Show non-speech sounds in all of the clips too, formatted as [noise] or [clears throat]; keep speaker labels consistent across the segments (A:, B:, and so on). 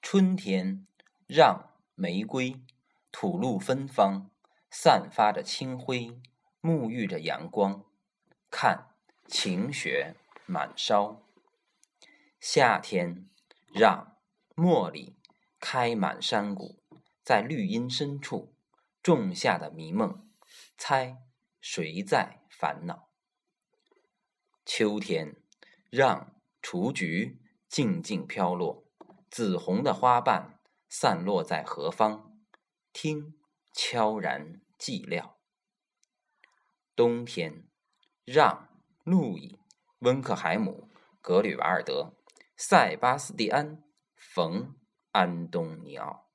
A: 春天让玫瑰吐露芬芳，散发着清辉，沐浴着阳光。看，晴雪满梢。夏天让茉莉开满山谷，在绿荫深处种下的迷梦。猜谁在烦恼？秋天让雏菊静静飘落，紫红的花瓣散落在何方？听，悄然寂寥。冬天，让路易、温克海姆、格吕瓦尔德、塞巴斯蒂安、冯·安东尼奥。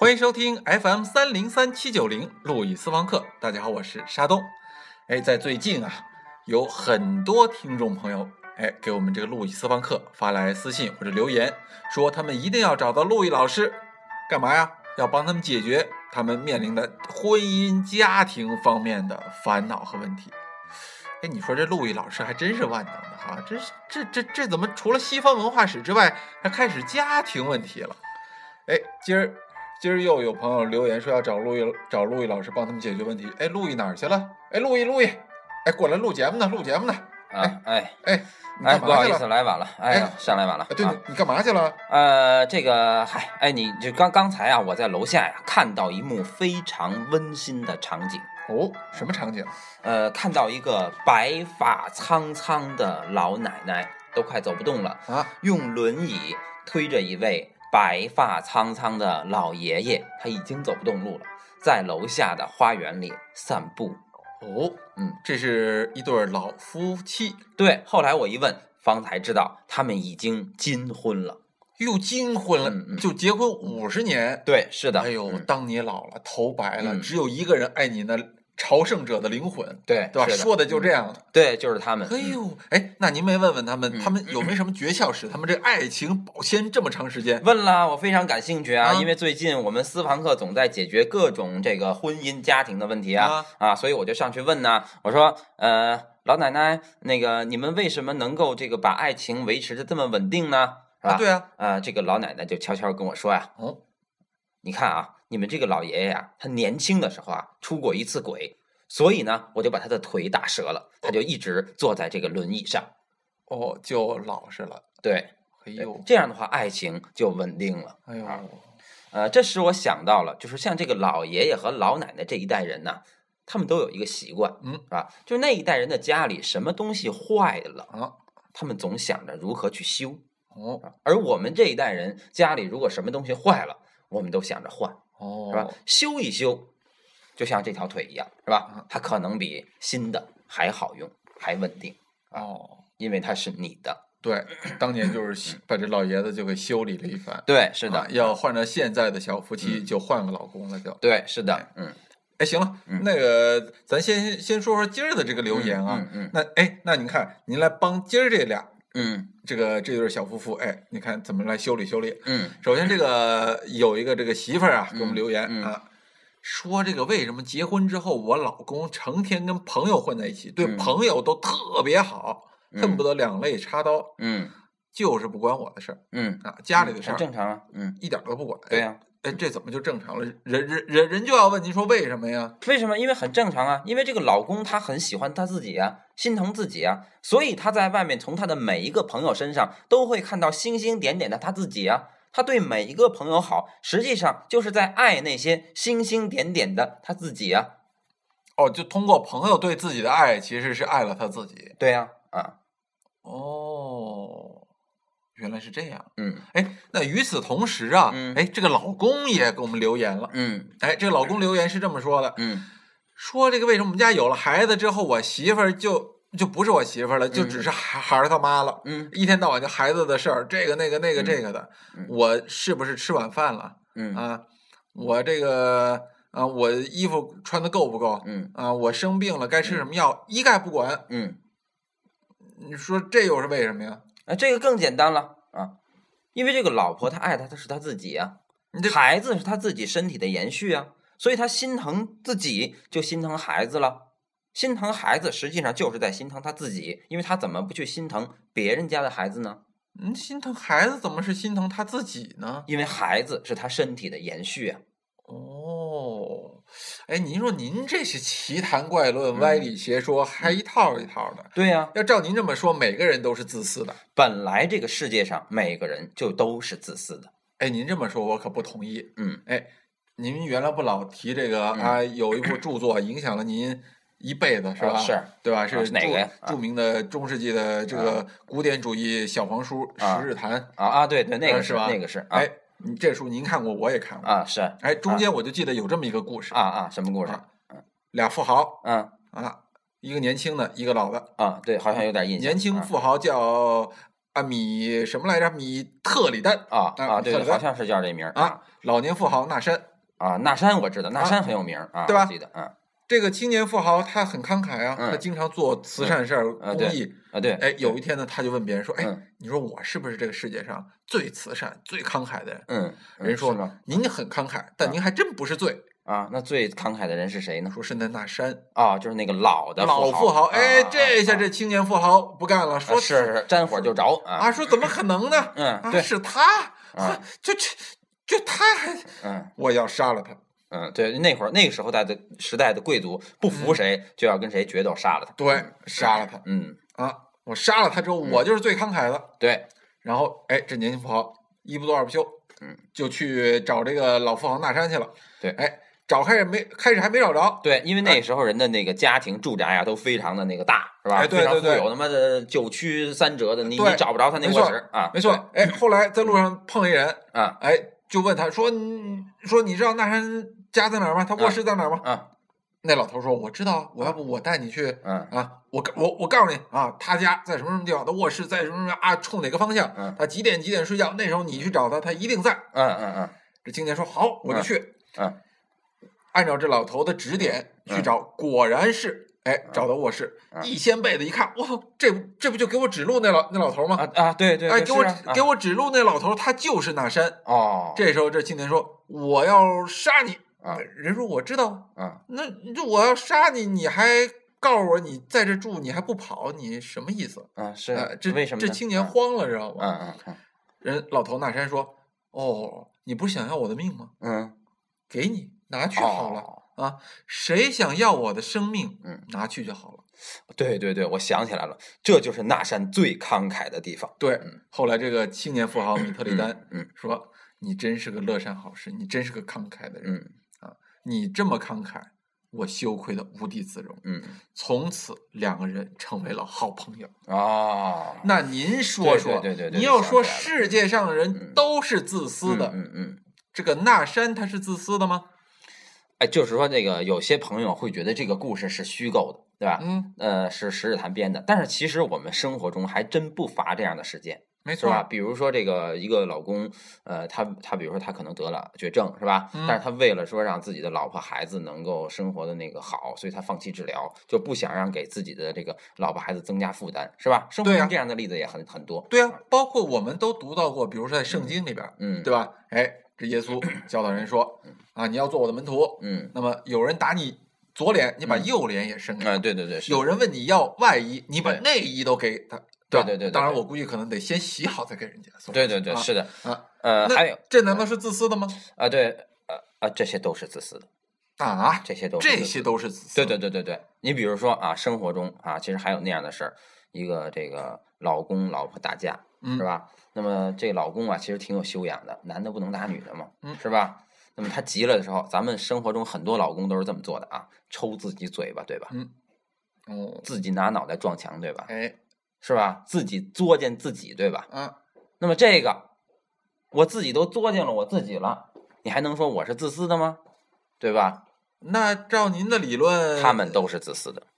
B: 欢迎收听 FM 三零三七九零路易私房课。大家好，我是沙东。哎，在最近啊，有很多听众朋友哎给我们这个路易私房课发来私信或者留言，说他们一定要找到路易老师，干嘛呀？要帮他们解决他们面临的婚姻家庭方面的烦恼和问题。哎，你说这路易老师还真是万能的哈、这这这这怎么除了西方文化史之外，还开始家庭问题了？哎，今儿今儿又有朋友留言说要找陆毅找陆毅老师帮他们解决问题。哎，陆毅哪儿去了？哎，陆毅，陆毅，哎，过来录节目呢，录节目呢。
A: 啊，哎
B: 哎，你
A: 哎，
B: 干
A: 不好
B: 嘛
A: 意
B: 去
A: 思，
B: 了？
A: 来晚了。哎呀，上来晚了。
B: 哎，对
A: 啊
B: 对，你干嘛去了？
A: 呃，这个，嗨，哎，你就刚刚才啊，我在楼下呀、看到一幕非常温馨的场景，
B: 哦，什么场景？
A: 呃，看到一个白发苍苍的老奶奶，都快走不动了，
B: 啊，
A: 用轮椅推着一位白发苍苍的老爷爷，他已经走不动路了，在楼下的花园里散步。
B: 哦，
A: 嗯，
B: 这是一对儿老夫妻，
A: 对，后来我一问，方才知道他们已经金婚了。
B: 又金婚了，
A: 嗯嗯
B: 就结婚五十年。
A: 对，是的。
B: 哎呦，
A: 嗯
B: 当你老了，头白了，
A: 嗯
B: 只有一个人爱你那朝圣者的灵魂，
A: 对，
B: 对吧？
A: 是嗯
B: 说的就这样了。
A: 对，就是他们。
B: 哎
A: 嗯
B: 呦，哎，那您没问问他们，
A: 嗯
B: 他们有没什么诀窍使他们这爱情保鲜这么长时间？
A: 问啦，我非常感兴趣啊，
B: 啊
A: 因为最近我们私房课总在解决各种这个婚姻家庭的问题啊啊所以我就上去问呐，我说呃，老奶奶，那个你们为什么能够这个把爱情维持的这么稳定呢？是吧？
B: 啊，对啊，
A: 呃，这个老奶奶就悄悄跟我说呀、
B: 哦，
A: 你看啊，你们这个老爷爷呀、他年轻的时候啊出过一次轨，所以呢，我就把他的腿打折了，他就一直坐在这个轮椅上。
B: 哦，就老实了。
A: 对，
B: 哎
A: 对
B: 呦，
A: 这样的话爱情就稳定了。
B: 哎呦，
A: 呃，这使我想到了，就是像这个老爷爷和老奶奶这一代人呢，他们都有一个习惯，
B: 嗯
A: 是吧？就是那一代人的家里什么东西坏了，
B: 啊，
A: 他们总想着如何去修，
B: 哦
A: 啊而我们这一代人家里如果什么东西坏了，我们都想着换，是吧
B: 哦，？
A: 修一修，就像这条腿一样，是吧
B: 嗯？
A: 它可能比新的还好用，还稳定，
B: 哦，
A: 因为它是你的。
B: 对，当年就是修把这老爷子就给修理了一番。
A: 对，是的，嗯
B: 啊要换成现在的小夫妻，就换个老公了，就。
A: 对，是的，嗯，
B: 哎，行了，那个咱先先说说今儿的这个留言啊。
A: 嗯嗯
B: 那哎，那你看，您来帮今儿这俩
A: 嗯
B: 这个这对小夫妇，哎，你看怎么来修理修理？
A: 嗯，
B: 首先，这个有一个这个媳妇儿啊，给我们留言、
A: 嗯
B: 啊，说这个为什么结婚之后，我老公成天跟朋友混在一起，对
A: 嗯
B: 朋友都特别好，
A: 嗯
B: 恨不得两肋插刀，
A: 嗯
B: 就是不管我的事儿
A: 嗯，
B: 啊，家里的事
A: 很
B: 儿、
A: 正常啊，嗯。
B: 一点儿都不管。
A: 对
B: 哎
A: 呀、
B: 哎，这怎么就正常了？人人人人就要问您说为什么呀？
A: 为什么？因为很正常啊，因为这个老公他很喜欢他自己啊，心疼自己啊，所以他在外面从他的每一个朋友身上都会看到星星点点的他自己啊。他对每一个朋友好，实际上就是在爱那些星星点点的他自己啊。
B: 哦，就通过朋友对自己的爱，其实是爱了他自己。
A: 对呀、啊，啊，
B: 哦，原来是这样。
A: 嗯
B: 哎，那与此同时啊，
A: 嗯
B: 哎，这个老公也给我们留言了。
A: 嗯
B: 哎，这个老公留言是这么说的：
A: 嗯
B: 说这个为什么我们家有了孩子之后，我媳妇儿就就不是我媳妇儿了，就只是孩孩儿他妈了，
A: 嗯
B: 一天到晚就孩子的事儿，这个那个那个
A: 嗯
B: 这个的
A: 嗯，
B: 我是不是吃晚饭了
A: 嗯
B: 啊？我这个啊，我衣服穿的够不够
A: 嗯
B: 啊？我生病了该吃什么药，一概不管。
A: 嗯，
B: 你说这又是为什么呀？
A: 啊，这个更简单了啊，因为这个老婆她爱他，她是他自己啊。
B: 你这
A: 孩子是他自己身体的延续啊，所以他心疼自己就心疼孩子了。心疼孩子实际上就是在心疼他自己，因为他怎么不去心疼别人家的孩子呢？
B: 嗯，心疼孩子怎么是心疼他自己呢？
A: 因为孩子是他身体的延续啊。
B: 哦，哎，您说您这是奇谈怪论、歪
A: 嗯
B: 理邪说，还一套一套的。
A: 对呀、
B: 要照您这么说，每个人都是自私的。
A: 本来这个世界上每个人就都是自私的。
B: 哎，您这么说，我可不同意。
A: 嗯，
B: 哎，您原来不老提这个啊？有一部著作影响了您一辈子，是吧？
A: 啊是
B: 对吧？是
A: 是哪
B: 著
A: 个呀啊
B: 著名的中世纪的这个古典主义小黄书《
A: 啊
B: 十日谈》。
A: 啊啊，对对，那
B: 啊
A: 个
B: 是吧
A: 那个是啊
B: 哎，你这书您看过，我也看过。
A: 啊是啊
B: 哎，中间我就记得有这么一个故事，
A: 啊，什么故事？
B: 俩富豪
A: 嗯
B: 啊，一个年轻的，一个老的。
A: 啊，对，好像有点印象。
B: 年轻
A: 啊
B: 富豪叫啊米什么来着？米特里丹
A: 啊
B: 啊
A: 啊，对对，
B: 特里丹
A: 好像是叫这名儿
B: 啊。老年富豪纳山。
A: 啊，那山我知道，那
B: 啊
A: 山很有名儿啊，
B: 对吧
A: 我记得，嗯
B: 这个青年富豪他很慷慨啊，
A: 嗯
B: 他经常做慈善事儿、
A: 啊
B: 公
A: 对
B: 益。
A: 啊，对，
B: 哎，有一天呢，他就问别人说：“哎，
A: 嗯
B: 你说我是不是这个世界上最慈善、最慷慨的人？”
A: 嗯，嗯
B: 人说
A: 是吗？嗯
B: 您很慷慨，但您还真不是最。
A: 啊，那最慷慨的人是谁呢？
B: 说是那纳山
A: 啊，就是那个老的
B: 老
A: 富
B: 豪，
A: 豪，
B: 哎，
A: 啊
B: 这下
A: 啊
B: 这青年富豪不干了，
A: 啊
B: 说
A: 是是沾火就着啊，
B: 啊，说怎么可能呢？
A: 嗯，
B: 啊，
A: 对，
B: 是他，
A: 啊
B: 就这就他还，
A: 嗯
B: 我要杀了他。
A: 嗯，对，那会儿那个时候代的时代的贵族不
B: 嗯
A: 服谁就要跟谁决斗，杀了他，
B: 对，杀了他
A: 嗯，
B: 啊！我杀了他之后，我就是最慷慨的。
A: 对，
B: 然后，哎，这年轻富豪一不做二不休，
A: 嗯，
B: 就去找这个老富豪纳山去了。
A: 对
B: 哎，找开始没开始还没找着，
A: 对，因为
B: 哎
A: 那时候人的那个家庭住宅呀、啊都非常的那个大，是吧？
B: 哎对
A: 非常
B: 对对
A: 富有，他妈的九曲三折的，你
B: 对
A: 你找不着他那
B: 没
A: 卧
B: 错
A: 室啊，
B: 没错。哎，后来在路上碰一人，
A: 啊
B: 哎，就问他说：“你说你知道纳山家在哪儿吗？他卧室在哪儿吗
A: 啊？”
B: 那老头说：“我知道，啊我要不我带你去
A: 嗯
B: 啊？我告我我告诉你啊，他家在什么什么地方，他卧室在什么什么啊，冲哪个方向？
A: 嗯
B: 他几点几点睡觉？那时候你去找他，他一定在。”
A: 嗯嗯嗯
B: 这青年说：“好，我就
A: 嗯
B: 去。”
A: 嗯，
B: 按照这老头的指点去
A: 嗯
B: 找，果然是，哎，找到卧室，
A: 嗯
B: 一掀被子一看，哇，这不这不就给我指路那老那老头吗？
A: 啊啊，对对，
B: 哎，
A: 对
B: 给我
A: 是啊
B: 指给我指路那老头，他就是那山。
A: 哦，
B: 这时候这青年说：“我要杀你。”
A: 啊
B: 人说：“我知道，
A: 啊
B: 那那我要杀你，你还告诉我你在这住，你还不跑，你什么意思
A: 啊？”是
B: 呃，这
A: 为什么呢
B: 这青年
A: 啊
B: 慌了，知道吗？
A: 嗯嗯
B: 人老头那山说：“哦，你不是想要我的命吗？
A: 嗯
B: 给你，拿去
A: 嗯，
B: 好了。
A: 哦
B: 啊，谁想要我的生命，
A: 嗯，
B: 拿去就好了。
A: 对对对，我想起来了，这就是那山最慷慨的地方。
B: 对
A: 嗯，
B: 后来这个青年富豪米
A: [clears throat]
B: 特里丹
A: 嗯
B: 说：“你真是个乐善好施，你真是个慷慨的人，
A: 嗯
B: 你这么慷慨，我羞愧的无地自容。
A: 嗯，”
B: 从此两个人成为了好朋友。
A: 哦，
B: 那您说
A: 对
B: 说，
A: 对对对对
B: 您要
A: 想
B: 说
A: 起来了
B: 世界上的人
A: 嗯
B: 都是自私的，
A: 嗯嗯嗯，
B: 这个纳山他是自私的吗？
A: 哎，就是说这个有些朋友会觉得这个故事是虚构的，对吧？
B: 嗯，
A: 呃，是十日谈编的，但是其实我们生活中还真不乏这样的事件，
B: 没
A: 是
B: 错啊
A: 吧？
B: 儿，
A: 比如说这个一个老公，呃，他他比如说他可能得了绝症，是吧？
B: 嗯
A: 但是他为了说让自己的老婆孩子能够生活的那个好，所以他放弃治疗，就不想让给自己的这个老婆孩子增加负担，是吧？生活
B: 对啊
A: 中这样的例子也很很多，
B: 对啊，包括我们都读到过，比如说在圣经里边，
A: 嗯，
B: 对吧？哎，这耶稣教导人说啊，你要做我的门徒。
A: 嗯，
B: 那么有人打你左脸，你把
A: 嗯
B: 右脸也伸
A: 嗯，
B: 开；
A: 对对对，是
B: 有人问你要外衣，你把
A: 对
B: 内衣都给他。
A: 对
B: 吧
A: 对对对
B: 当然，
A: 对
B: 我估计可能得先洗好再给人家送。
A: 对对对，
B: 啊
A: 是的，
B: 啊。
A: 呃，
B: 那
A: 还有
B: 这难道是自私的吗？
A: 啊，对，呃啊，这些都是自私的，
B: 啊，
A: 这些都是自私
B: 这
A: 的
B: 些都是自私。
A: 对对，对对对，你比如说啊，生活中啊，其实还有那样的事儿，一个这个老公老婆打架，
B: 嗯
A: 是吧？那么这老公啊，其实挺有修养的，男的不能打女的嘛，
B: 嗯
A: 是吧？那么他急了的时候，咱们生活中很多老公都是这么做的啊，抽自己嘴巴，对吧？
B: 哦，
A: 自己拿脑袋撞墙，对吧？
B: 哎
A: 是吧？自己作践自己，对吧？
B: 啊，
A: 那么这个，我自己都作践了我自己了，你还能说我是自私的吗？对吧？
B: 那照您的理论，
A: 他们都是自私的。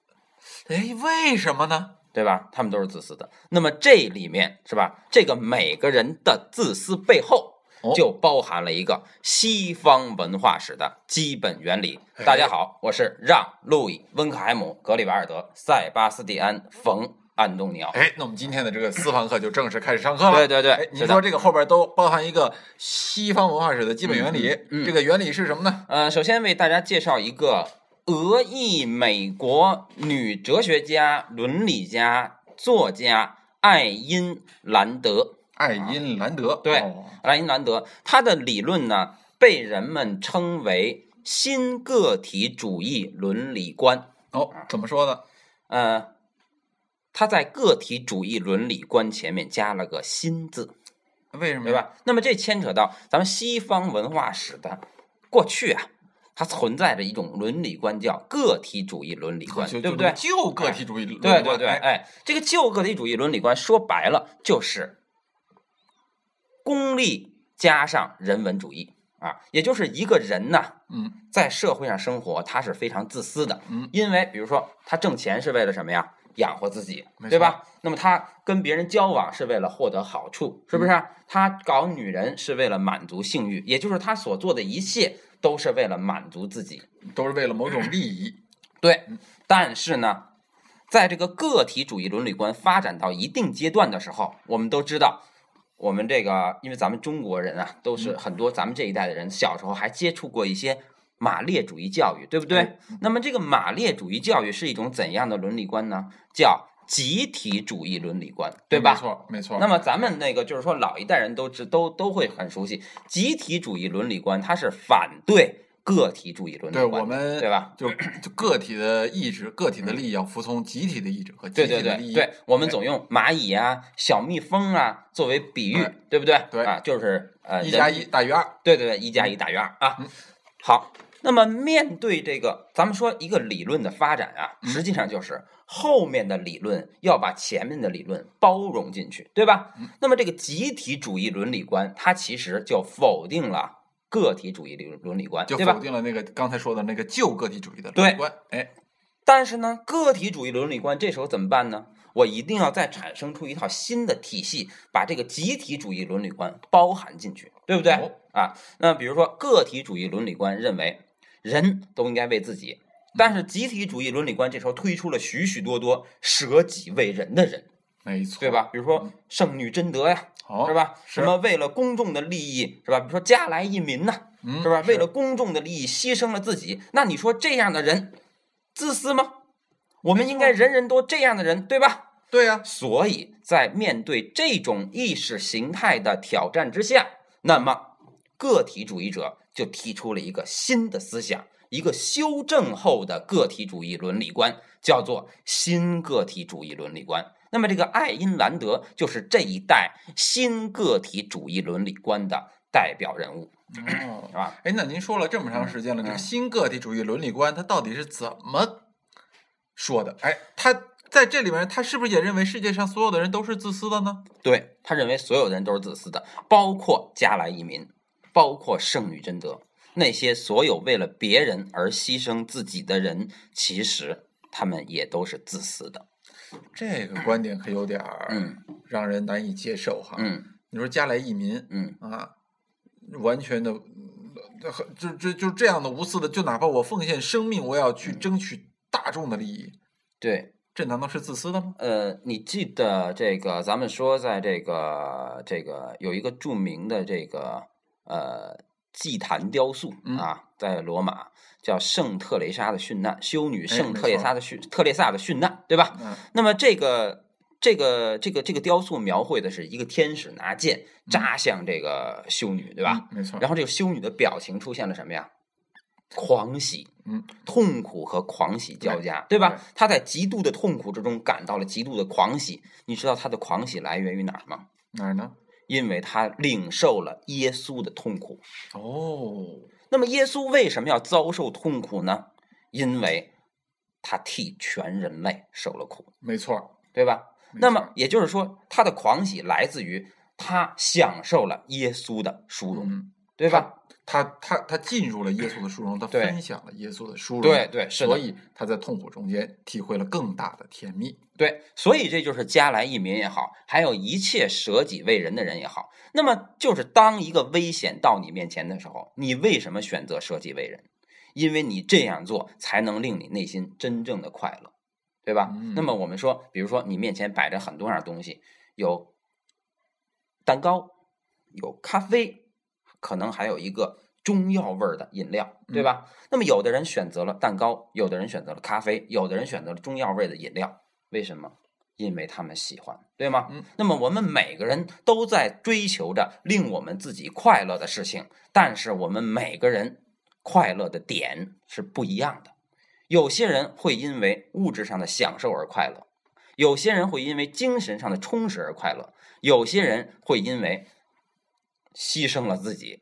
B: 哎，为什么呢？
A: 对吧？他们都是自私的。那么这里面是吧？这个每个人的自私背后
B: 哦，
A: 就包含了一个西方文化史的基本原理。
B: 哎
A: 大家好，我是让·路易·温克海姆·格里瓦尔德·塞巴斯蒂安·冯·暗动鸟。
B: 哎，那我们今天的这个私房课就正式开始上课了。
A: 对对对
B: 哎，，你
A: 是
B: 说
A: 的。
B: 这个后边都包含一个西方文化史的基本原理，
A: 嗯嗯
B: 这个原理是什么呢？
A: 呃，首先为大家介绍一个俄裔美国女哲学家、伦理家、作家艾因兰德。
B: 爱因兰德，
A: 啊对
B: 哦
A: 莱因兰德，他的理论呢被人们称为新个体主义伦理观。
B: 哦，怎么说呢？
A: 呃，他在个体主义伦理观前面加了个“新”字，
B: 为什么
A: 对？吧？那么这牵扯到咱们西方文化史的过去啊，它存在着一种伦理观叫个体主义伦理观，
B: 就
A: 对不对？
B: 旧个体主义论
A: 对对
B: 断，
A: 对，
B: 哎
A: 哎，这个旧个体主义伦理观说白了就是功利加上人文主义啊，也就是一个人呐，
B: 嗯
A: 在社会上生活，他是非常自私的，
B: 嗯，
A: 因为比如说他挣钱是为了什么呀？养活自己
B: 没，
A: 对吧？那么他跟别人交往是为了获得好处，是不是啊？他搞女人是为了满足性欲，也就是他所做的一切都是为了满足自己。
B: 都是为了某种利益。
A: 对，但是呢，在这个个体主义伦理观发展到一定阶段的时候，我们都知道，我们这个因为咱们中国人啊，都
B: 嗯
A: 是很多咱们这一代的人小时候还接触过一些马列主义教育，对不对
B: 哎？
A: 那么这个马列主义教育是一种怎样的伦理观呢？叫集体主义伦理观，对吧
B: 没？错，没错。
A: 那么咱们那个就是说，老一代人都知都都会很熟悉集体主义伦理观，它是反对个体主义伦理
B: 对
A: 观，
B: 我们
A: 对吧？嗯
B: 就就个体的意志、个体的利益要服从集体的意志和集
A: 对
B: 体
A: 对对
B: 的利益。
A: 对，我们
B: 哎
A: 总用蚂蚁啊、小蜜蜂啊作为比喻
B: 哎，
A: 对不对？
B: 对
A: 啊，就是呃，
B: 一加
A: 人
B: 一大于二。
A: 对对对，一加一大于二啊
B: 嗯。
A: 好，那么面对这个，咱们说一个理论的发展啊，
B: 嗯
A: 实际上就是后面的理论要把前面的理论包容进去，对吧？
B: 嗯
A: 那么这个集体主义伦理观，它其实就否定了个体主义理伦理观，
B: 就
A: 对吧
B: 否？定了那个刚才说的那个旧个体主义的
A: 对
B: 乐观，哎，
A: 但是呢，个体主义伦理观这时候怎么办呢？我一定要再产生出一套新的体系，把这个集体主义伦理观包含进去，对不对？
B: 哦
A: 啊，那比如说个体主义伦理观认为人都应该为自己，但是集体主义伦理观这时候推出了许许多多舍己为人的人，
B: 没错，
A: 对？吧？比如说圣女贞德呀，
B: 好，
A: 是？吧？
B: 嗯哦是
A: 什么为了公众的利益，是吧？比如说家来一民呐、
B: 嗯，
A: 是吧？为
B: 是
A: 了公众的利益牺牲了自己，那你说这样的人自私吗？我们应该人人都这样的人，对吧？
B: 对呀、
A: 所以在面对这种意识形态的挑战之下，那么个体主义者就提出了一个新的思想，一个修正后的个体主义伦理观，叫做新个体主义伦理观。那么这个爱因兰德就是这一代新个体主义伦理观的代表人物，
B: 哦
A: 是，吧？
B: 哎，那您说了这么长时间了，这个
A: 嗯
B: 新个体主义伦理观它到底是怎么说的？哎，他在这里面，他是不是也认为世界上所有的人都是自私的呢？
A: 对他认为所有的人都是自私的，包括加莱移民，包括圣女贞德，那些所有为了别人而牺牲自己的人，其实他们也都是自私的。
B: 这个观点可有点儿
A: 嗯
B: 让人难以接受哈。
A: 嗯
B: 你说加来一民
A: 嗯，
B: 啊，完全的，呃很就就就这样的无私的，就哪怕我奉献生命，我也要
A: 嗯
B: 去争取大众的利益，
A: 对，
B: 这难道是自私的吗？
A: 呃，你记得这个，咱们说在这个这个有一个著名的这个呃祭坛雕塑
B: 嗯
A: 啊，在罗马叫圣特蕾莎的殉难，修女
B: 哎
A: 圣
B: 没
A: 特蕾
B: 错
A: 莎的殉特蕾萨的殉难，对吧？
B: 嗯，
A: 那么这个这个这个这个雕塑描绘的是一个天使拿剑
B: 嗯
A: 扎向这个修女，对
B: 对
A: 吧？？
B: 嗯没错。
A: 然后这个修女的表情出现了什么呀？狂喜，
B: 嗯，
A: 痛苦和狂喜交加，对吧
B: 对？
A: 她在极度的痛苦之中感到了极度的狂喜。你知道她的狂喜来源于哪儿吗？
B: 哪儿呢？
A: 因为她领受了耶稣的痛苦。
B: 哦，
A: 那么耶稣为什么要遭受痛苦呢？因为他替全人类受了苦，
B: 没错儿。
A: 对吧？
B: 没
A: 那
B: 错
A: 么
B: 儿，
A: 也就是说，他的狂喜来自于他享受了耶稣的殊荣，
B: 嗯，
A: 对吧？
B: 他他他进入了耶稣的殊荣，他
A: 对
B: 分享了耶稣的殊荣，
A: 对对是的
B: 所以他在痛苦中间体会了更大的甜蜜。
A: 对，所以这就是家来一民也好，还有一切舍己为人的人也好。那么就是当一个危险到你面前的时候，你为什么选择舍己为人？因为你这样做才能令你内心真正的快乐。对吧？
B: 嗯
A: 那么我们说，比如说你面前摆着很多样东西，有蛋糕，有咖啡，可能还有一个中药味儿的饮料，对吧？那么有的人选择了蛋糕，有的人选择了咖啡，有的人选择了中药味的饮料，为什么？因为他们喜欢，对吗？
B: 嗯
A: 那么我们每个人都在追求着令我们自己快乐的事情，但是我们每个人快乐的点是不一样的。有些人会因为物质上的享受而快乐，有些人会因为精神上的充实而快乐，有些人会因为牺牲了自己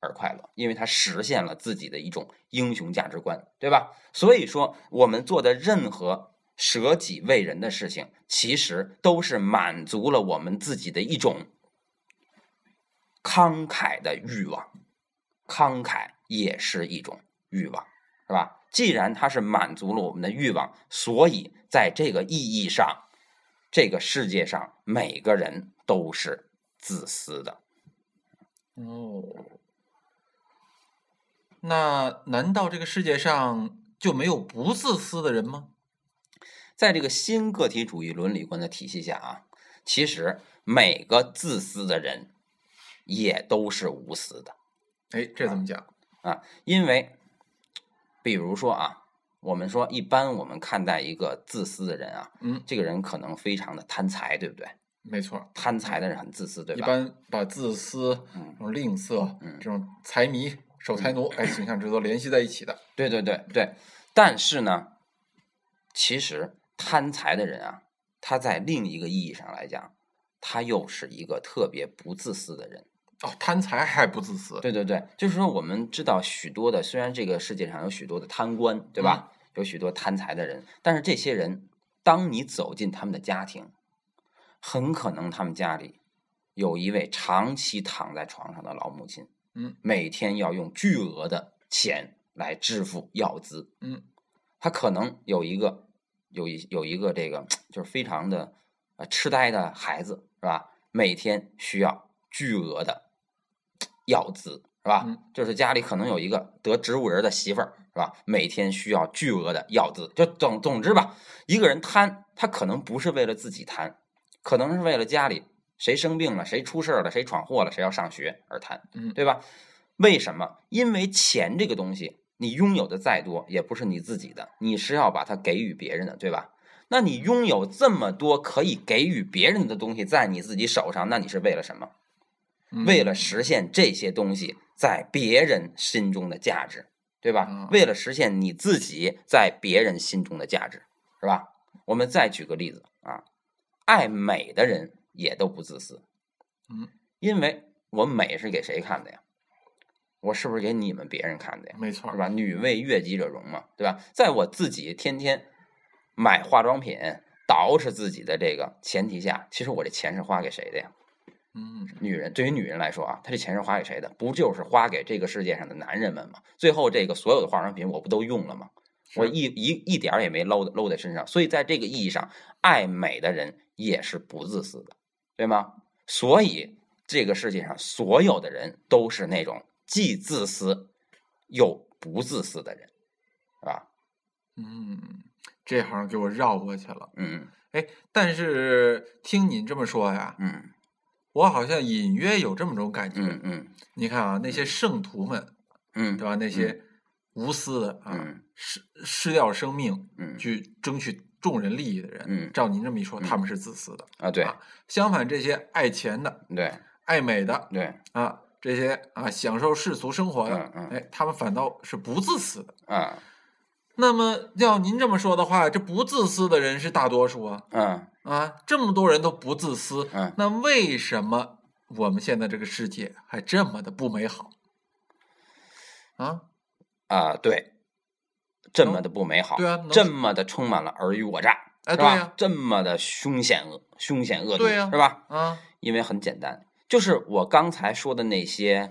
A: 而快乐，因为他实现了自己的一种英雄价值观，对吧？所以说，我们做的任何舍己为人的事情，其实都是满足了我们自己的一种慷慨的欲望。慷慨也是一种欲望，是吧？既然它是满足了我们的欲望，所以在这个意义上，这个世界上每个人都是自私的。
B: 哦，那难道这个世界上就没有不自私的人吗？
A: 在这个新个体主义伦理观的体系下啊，其实每个自私的人也都是无私的
B: 哎，这怎么讲？
A: 啊，因为，比如说啊，我们说一般我们看待一个自私的人啊，
B: 嗯，
A: 这个人可能非常的贪财，对不对？
B: 没错，
A: 贪财的人很自私，对
B: 一
A: 吧？
B: 般把自私、
A: 嗯
B: 这种吝啬、
A: 嗯
B: 这种财迷、守财奴，哎，形象值都联系在一起的。
A: 对对对对，但是呢，其实贪财的人啊，他在另一个意义上来讲，他又是一个特别不自私的人。
B: 哦，贪财还不自私？
A: 对对对，就是说我们知道许多的，虽然这个世界上有许多的贪官，对吧？有许多贪财的人，但是这些人，当你走进他们的家庭，很可能他们家里有一位长期躺在床上的老母亲，
B: 嗯，
A: 每天要用巨额的钱来支付药资，
B: 嗯，
A: 他可能有一个有一有一个这个就是非常的呃痴呆的孩子是吧？每天需要巨额的药资是吧？
B: 嗯
A: 就是家里可能有一个得植物人的媳妇儿是吧？每天需要巨额的药资，就总总之吧，一个人贪，他可能不是为了自己贪，可能是为了家里谁生病了、谁出事儿了、谁闯祸了、谁要上学而贪，
B: 嗯
A: 对吧？为什么？因为钱这个东西，你拥有的再多，也不是你自己的，你是要把它给予别人的，对吧？那你拥有这么多可以给予别人的东西在你自己手上，那你是为了什么？
B: 嗯
A: 为了实现这些东西在别人心中的价值，对吧
B: 嗯？
A: 为了实现你自己在别人心中的价值，是吧？我们再举个例子啊，爱美的人也都不自私，
B: 嗯，
A: 因为我美是给谁看的呀？我是不是给你们别人看的呀？
B: 没错
A: 是，吧？女为悦己者容嘛，对吧？在我自己天天买化妆品、捯饬自己的这个前提下，其实我这钱是花给谁的呀？
B: 嗯，
A: 女人对于女人来说啊，她这钱是花给谁的？不就是花给这个世界上的男人们吗？最后这个所有的化妆品我不都用了吗？我
B: 是
A: 一一一点儿也没搂搂在身上，所以在这个意义上，爱美的人也是不自私的，对吗？所以这个世界上所有的人都是那种既自私又不自私的人，是吧？
B: 嗯，这行给我绕过去了。
A: 嗯
B: 哎，但是听你这么说呀，
A: 嗯
B: 我好像隐约有这么种感觉。
A: 嗯嗯
B: 你看啊，那些圣徒们，
A: 嗯，
B: 对吧？那些无私的啊
A: 嗯，
B: 失失掉生命
A: 嗯
B: 去争取众人利益的人，
A: 嗯
B: 照您这么一说，
A: 嗯
B: 他们是自私的。
A: 啊，对
B: 啊相反，这些爱钱的、
A: 对
B: 爱美的
A: 对，
B: 啊，这些啊享受世俗生活的
A: 嗯嗯，
B: 哎，他们反倒是不自私的。
A: 啊
B: 那么要您这么说的话，这不自私的人是大多数啊
A: 嗯
B: 啊！这么多人都不自私，
A: 嗯，
B: 那为什么我们现在这个世界还这么的不美好？啊，
A: 啊，对，这么的不美好，
B: 对啊能
A: 这
B: 是
A: 么的充满了尔虞我诈，
B: 哎
A: 是
B: 对
A: 吧？
B: 呀
A: 这么的凶险恶、凶险恶毒，
B: 对呀
A: 是吧？
B: 啊，
A: 因为很简单，就是我刚才说的那些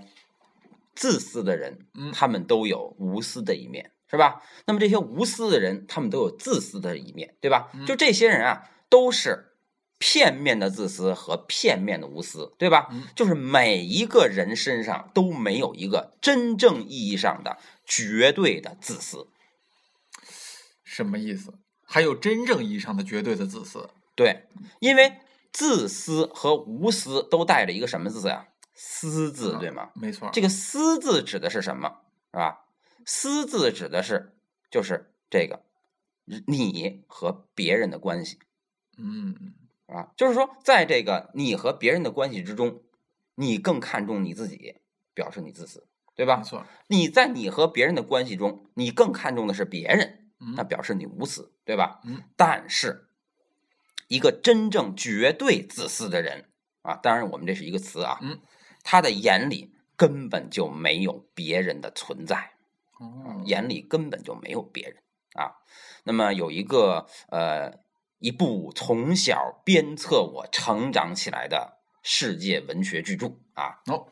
A: 自私的人，
B: 嗯
A: 他们都有无私的一面，是吧？那么这些无私的人，他们都有自私的一面，对吧？
B: 嗯
A: 就这些人啊，都是片面的自私和片面的无私，对吧？
B: 嗯
A: 就是每一个人身上都没有一个真正意义上的绝对的自私。
B: 什么意思？还有真正意义上的绝对的自私。
A: 对，因为自私和无私都带着一个什么字呀、私
B: 嗯
A: 字，对吗？
B: 没错，
A: 这个私字指的是什么？是吧？私字指的是就是这个你和别人的关系
B: 嗯，
A: 啊，就是说，在这个你和别人的关系之中，你更看重你自己，表示你自私，对
B: 没
A: 吧？
B: 错，
A: 你在你和别人的关系中，你更看重的是别人，
B: 嗯
A: 那表示你无私，对吧？
B: 嗯，
A: 但是，一个真正绝对自私的人啊，当然我们这是一个词啊，
B: 嗯，
A: 他的眼里根本就没有别人的存在，
B: 哦，
A: 眼里根本就没有别人啊。那么有一个呃，一部从小鞭策我成长起来的世界文学巨著啊，
B: 哦，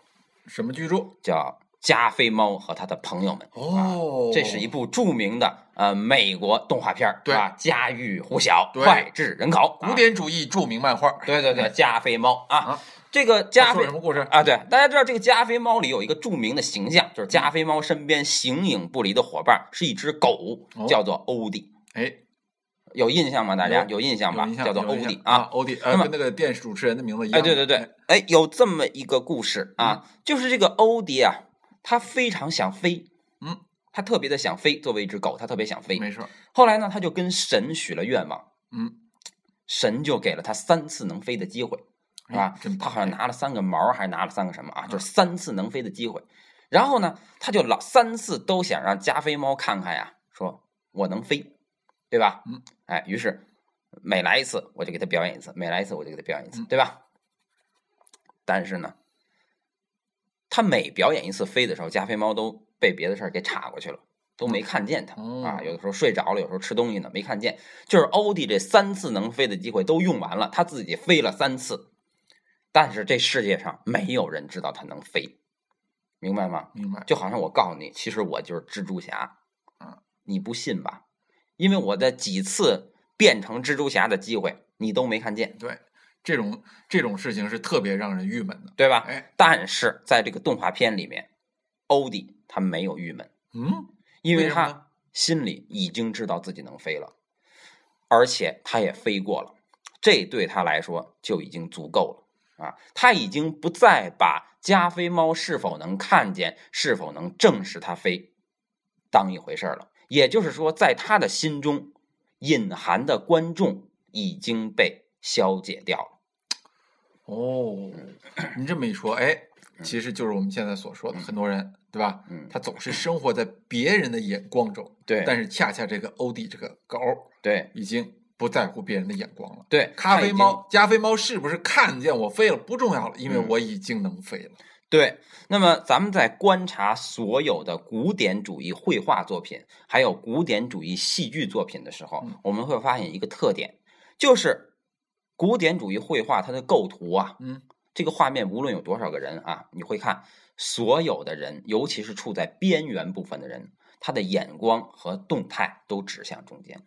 B: 什么居住？
A: 叫《加菲猫和他的朋友们》啊
B: 哦，
A: 这是一部著名的呃美国动画片儿
B: 对
A: 啊，家喻户晓，
B: 对
A: 脍炙人口，
B: 古
A: 啊。
B: 典主义著名漫画。
A: 对对
B: [laughs]
A: 对，加菲猫啊
B: 啊，
A: 这个加
B: 说
A: 菲
B: 什么故事？
A: 啊，对，大家知道这个加菲猫里有一个著名的形象，就是加菲猫身边形影不离的伙伴是一只狗
B: 哦，
A: 叫做欧弟，
B: 哎，
A: 有印象吗？大家有
B: 有
A: 印象吧
B: 有印？象，
A: 叫做
B: 有
A: 欧
B: 印象
A: 弟
B: 啊
A: 啊，，
B: 欧弟，呃，
A: 那么
B: 跟那个电视主持人的名字一样。
A: 哎，对对对，哎，有这么一个故事啊，就是这个欧迪啊，他非常想飞，
B: 嗯，
A: 他特别的想飞，作为一只狗，他特别想飞。
B: 没错，
A: 后来呢，他就跟神许了愿望，
B: 嗯，
A: 神就给了他三次能飞的机会，是吧
B: 哎？真
A: 他
B: 棒
A: 啊好像拿了三个毛，还是拿了三个什么啊？
B: 嗯
A: 就是三次能飞的机会。然后呢，他就老三次都想让加菲猫看看呀，说我能飞，对吧？
B: 嗯，
A: 哎，于是每来一次我就给他表演一次，每来一次我就给他表演一次，
B: 嗯
A: 对吧？但是呢，他每表演一次飞的时候，加菲猫都被别的事儿给岔过去了，都没看见他、
B: 哦
A: 啊。有的时候睡着了，有时候吃东西呢，没看见。就是欧弟这三次能飞的机会都用完了，他自己飞了三次，但是这世界上没有人知道他能飞，明白吗？
B: 明白。
A: 就好像我告诉你，其实我就是蜘蛛侠
B: 嗯，
A: 你不信吧？因为我的几次变成蜘蛛侠的机会，你都没看见，
B: 对，这种这种事情是特别让人郁闷的。
A: 对吧？
B: 哎，
A: 但是在这个动画片里面，欧弟他没有郁闷，
B: 嗯，
A: 因为
B: 为什么呢
A: 他心里已经知道自己能飞了，而且他也飞过了，这对他来说就已经足够了啊！他已经不再把加菲猫是否能看见、是否能正视它飞当一回事儿了。也就是说，在他的心中，隐含的观众已经被消解掉了。
B: 哦，你这么一说，哎，其实就是我们现在所说的很多人，对吧？
A: 嗯，
B: 他总是生活在别人的眼光中，
A: 对
B: 但是恰恰这个欧弟这个狗
A: 对
B: 已经不在乎别人的眼光了。
A: 对，
B: 咖
A: 他已
B: 啡
A: 经
B: 猫、加菲猫是不是看见我飞了不重要了，因为
A: 嗯
B: 我已经能飞了。
A: 对，那么咱们在观察所有的古典主义绘画作品，还有古典主义戏剧作品的时候
B: 嗯，
A: 我们会发现一个特点，就是古典主义绘画它的构图啊，
B: 嗯，
A: 这个画面无论有多少个人啊，你会看所有的人，尤其是处在边缘部分的人，他的眼光和动态都指向中间。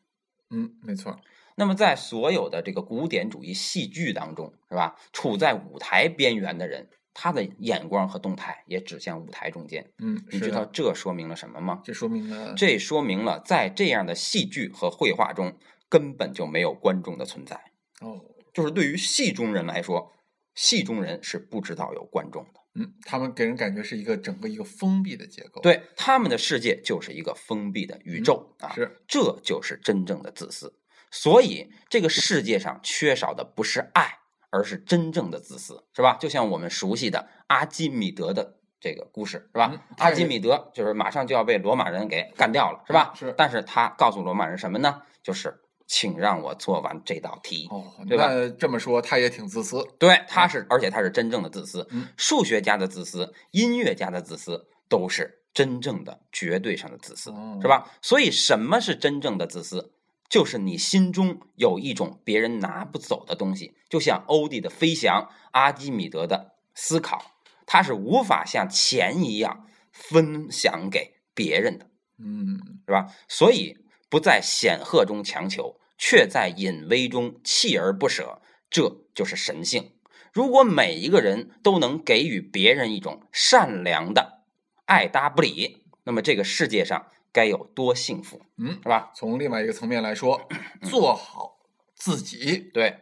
B: 嗯，没错，
A: 那么，在所有的这个古典主义戏剧当中，是吧？处在舞台边缘的人，他的眼光和动态也指向舞台中间。
B: 嗯，
A: 你
B: 是
A: 知道
B: 的，
A: 这说明了什么吗？
B: 这说明了，
A: 这说明了在这样的戏剧和绘画中，根本就没有观众的存在。
B: 哦，
A: 就是对于戏中人来说，戏中人是不知道有观众的，
B: 嗯，他们给人感觉是一个整个一个封闭的结构。，
A: 对他们的世界就是一个封闭的宇宙啊。
B: 是，
A: 这就是真正的自私。所以，这个世界上缺少的不是爱，而是真正的自私，是吧？就像我们熟悉的阿基米德的这个故事，是吧？
B: 嗯
A: 阿基米德就是马上就要被罗马人给干掉了，是吧？
B: 是
A: 但是他告诉罗马人什么呢？就是请让我做完这道题。
B: 哦，
A: 对吧
B: 那这么说他也挺自私。
A: 对，他是，而且他是真正的自私
B: 嗯。
A: 数学家的自私，音乐家的自私，都是真正的绝对上的自私
B: 哦，
A: 是吧？所以，什么是真正的自私？就是你心中有一种别人拿不走的东西，就像欧弟的飞翔，阿基米德的思考，它是无法像钱一样分享给别人的，
B: 嗯，
A: 是吧？所以不在显赫中强求，却在隐微中锲而不舍，这就是神性。如果每一个人都能给予别人一种善良的爱搭不理，那么这个世界上该有多幸福，
B: 嗯，
A: 是吧？
B: 从另外一个层面来说，做好自己，
A: 对，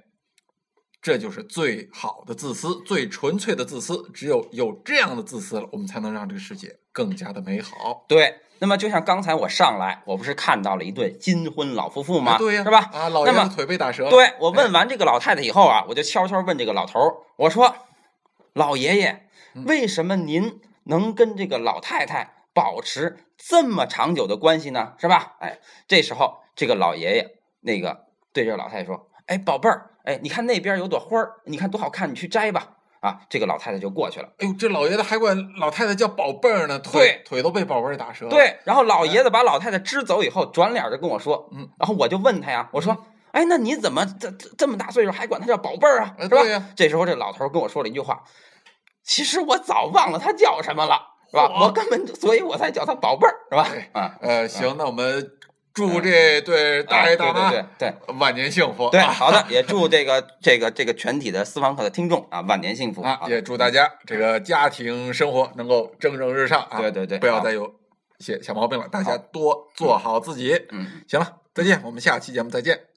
B: 这就是最好的自私，最纯粹的自私。只有有这样的自私了，我们才能让这个世界更加的美好。
A: 对。那么就像刚才我上来，我不是看到了一对金婚老夫妇吗？
B: 啊对呀、
A: 是吧？
B: 啊，老
A: 那
B: 爷
A: 么
B: 子腿被打折了。
A: 对我问完这个老太太以后啊，我就悄悄问这个老头儿，我说：“老爷爷，
B: 嗯
A: 为什么您能跟这个老太太保持这么长久的关系呢？是吧？”哎，这时候这个老爷爷那个对这个老太太说：“哎，宝贝儿，哎，你看那边有朵花儿，你看多好看，你去摘吧。”啊，这个老太太就过去了。
B: 哎呦，这老爷子还管老太太叫宝贝儿呢，腿腿都被宝贝儿打折了。，
A: 对，然后老爷子把老太太支走以后，转脸就跟我说，
B: 嗯，
A: 然后我就问他呀，我说，哎，那你怎么这这这么大岁数还管她叫宝贝儿啊，
B: 哎
A: 是吧？
B: 对呀
A: 这时候这老头跟我说了一句话，其实我早忘了她叫什么了，是吧？
B: 嚯
A: 我根本就，所以我才叫她宝贝儿，是吧
B: 哦对？
A: 啊，
B: 呃，行，那我们祝这对大
A: 哎对
B: 爷大妈
A: 对对
B: 晚年幸福。
A: 对对，
B: 啊
A: 好的，也祝这个这个这个全体的私房课的听众啊晚年幸福
B: 啊
A: 好，的
B: 也祝大家这个家庭生活能够蒸蒸日上啊！
A: 对对对
B: 不要
A: 好
B: 再有一些小毛病了，大家
A: 好
B: 多做好自己。
A: 嗯。
B: 行了，再见，我们下期节目再见。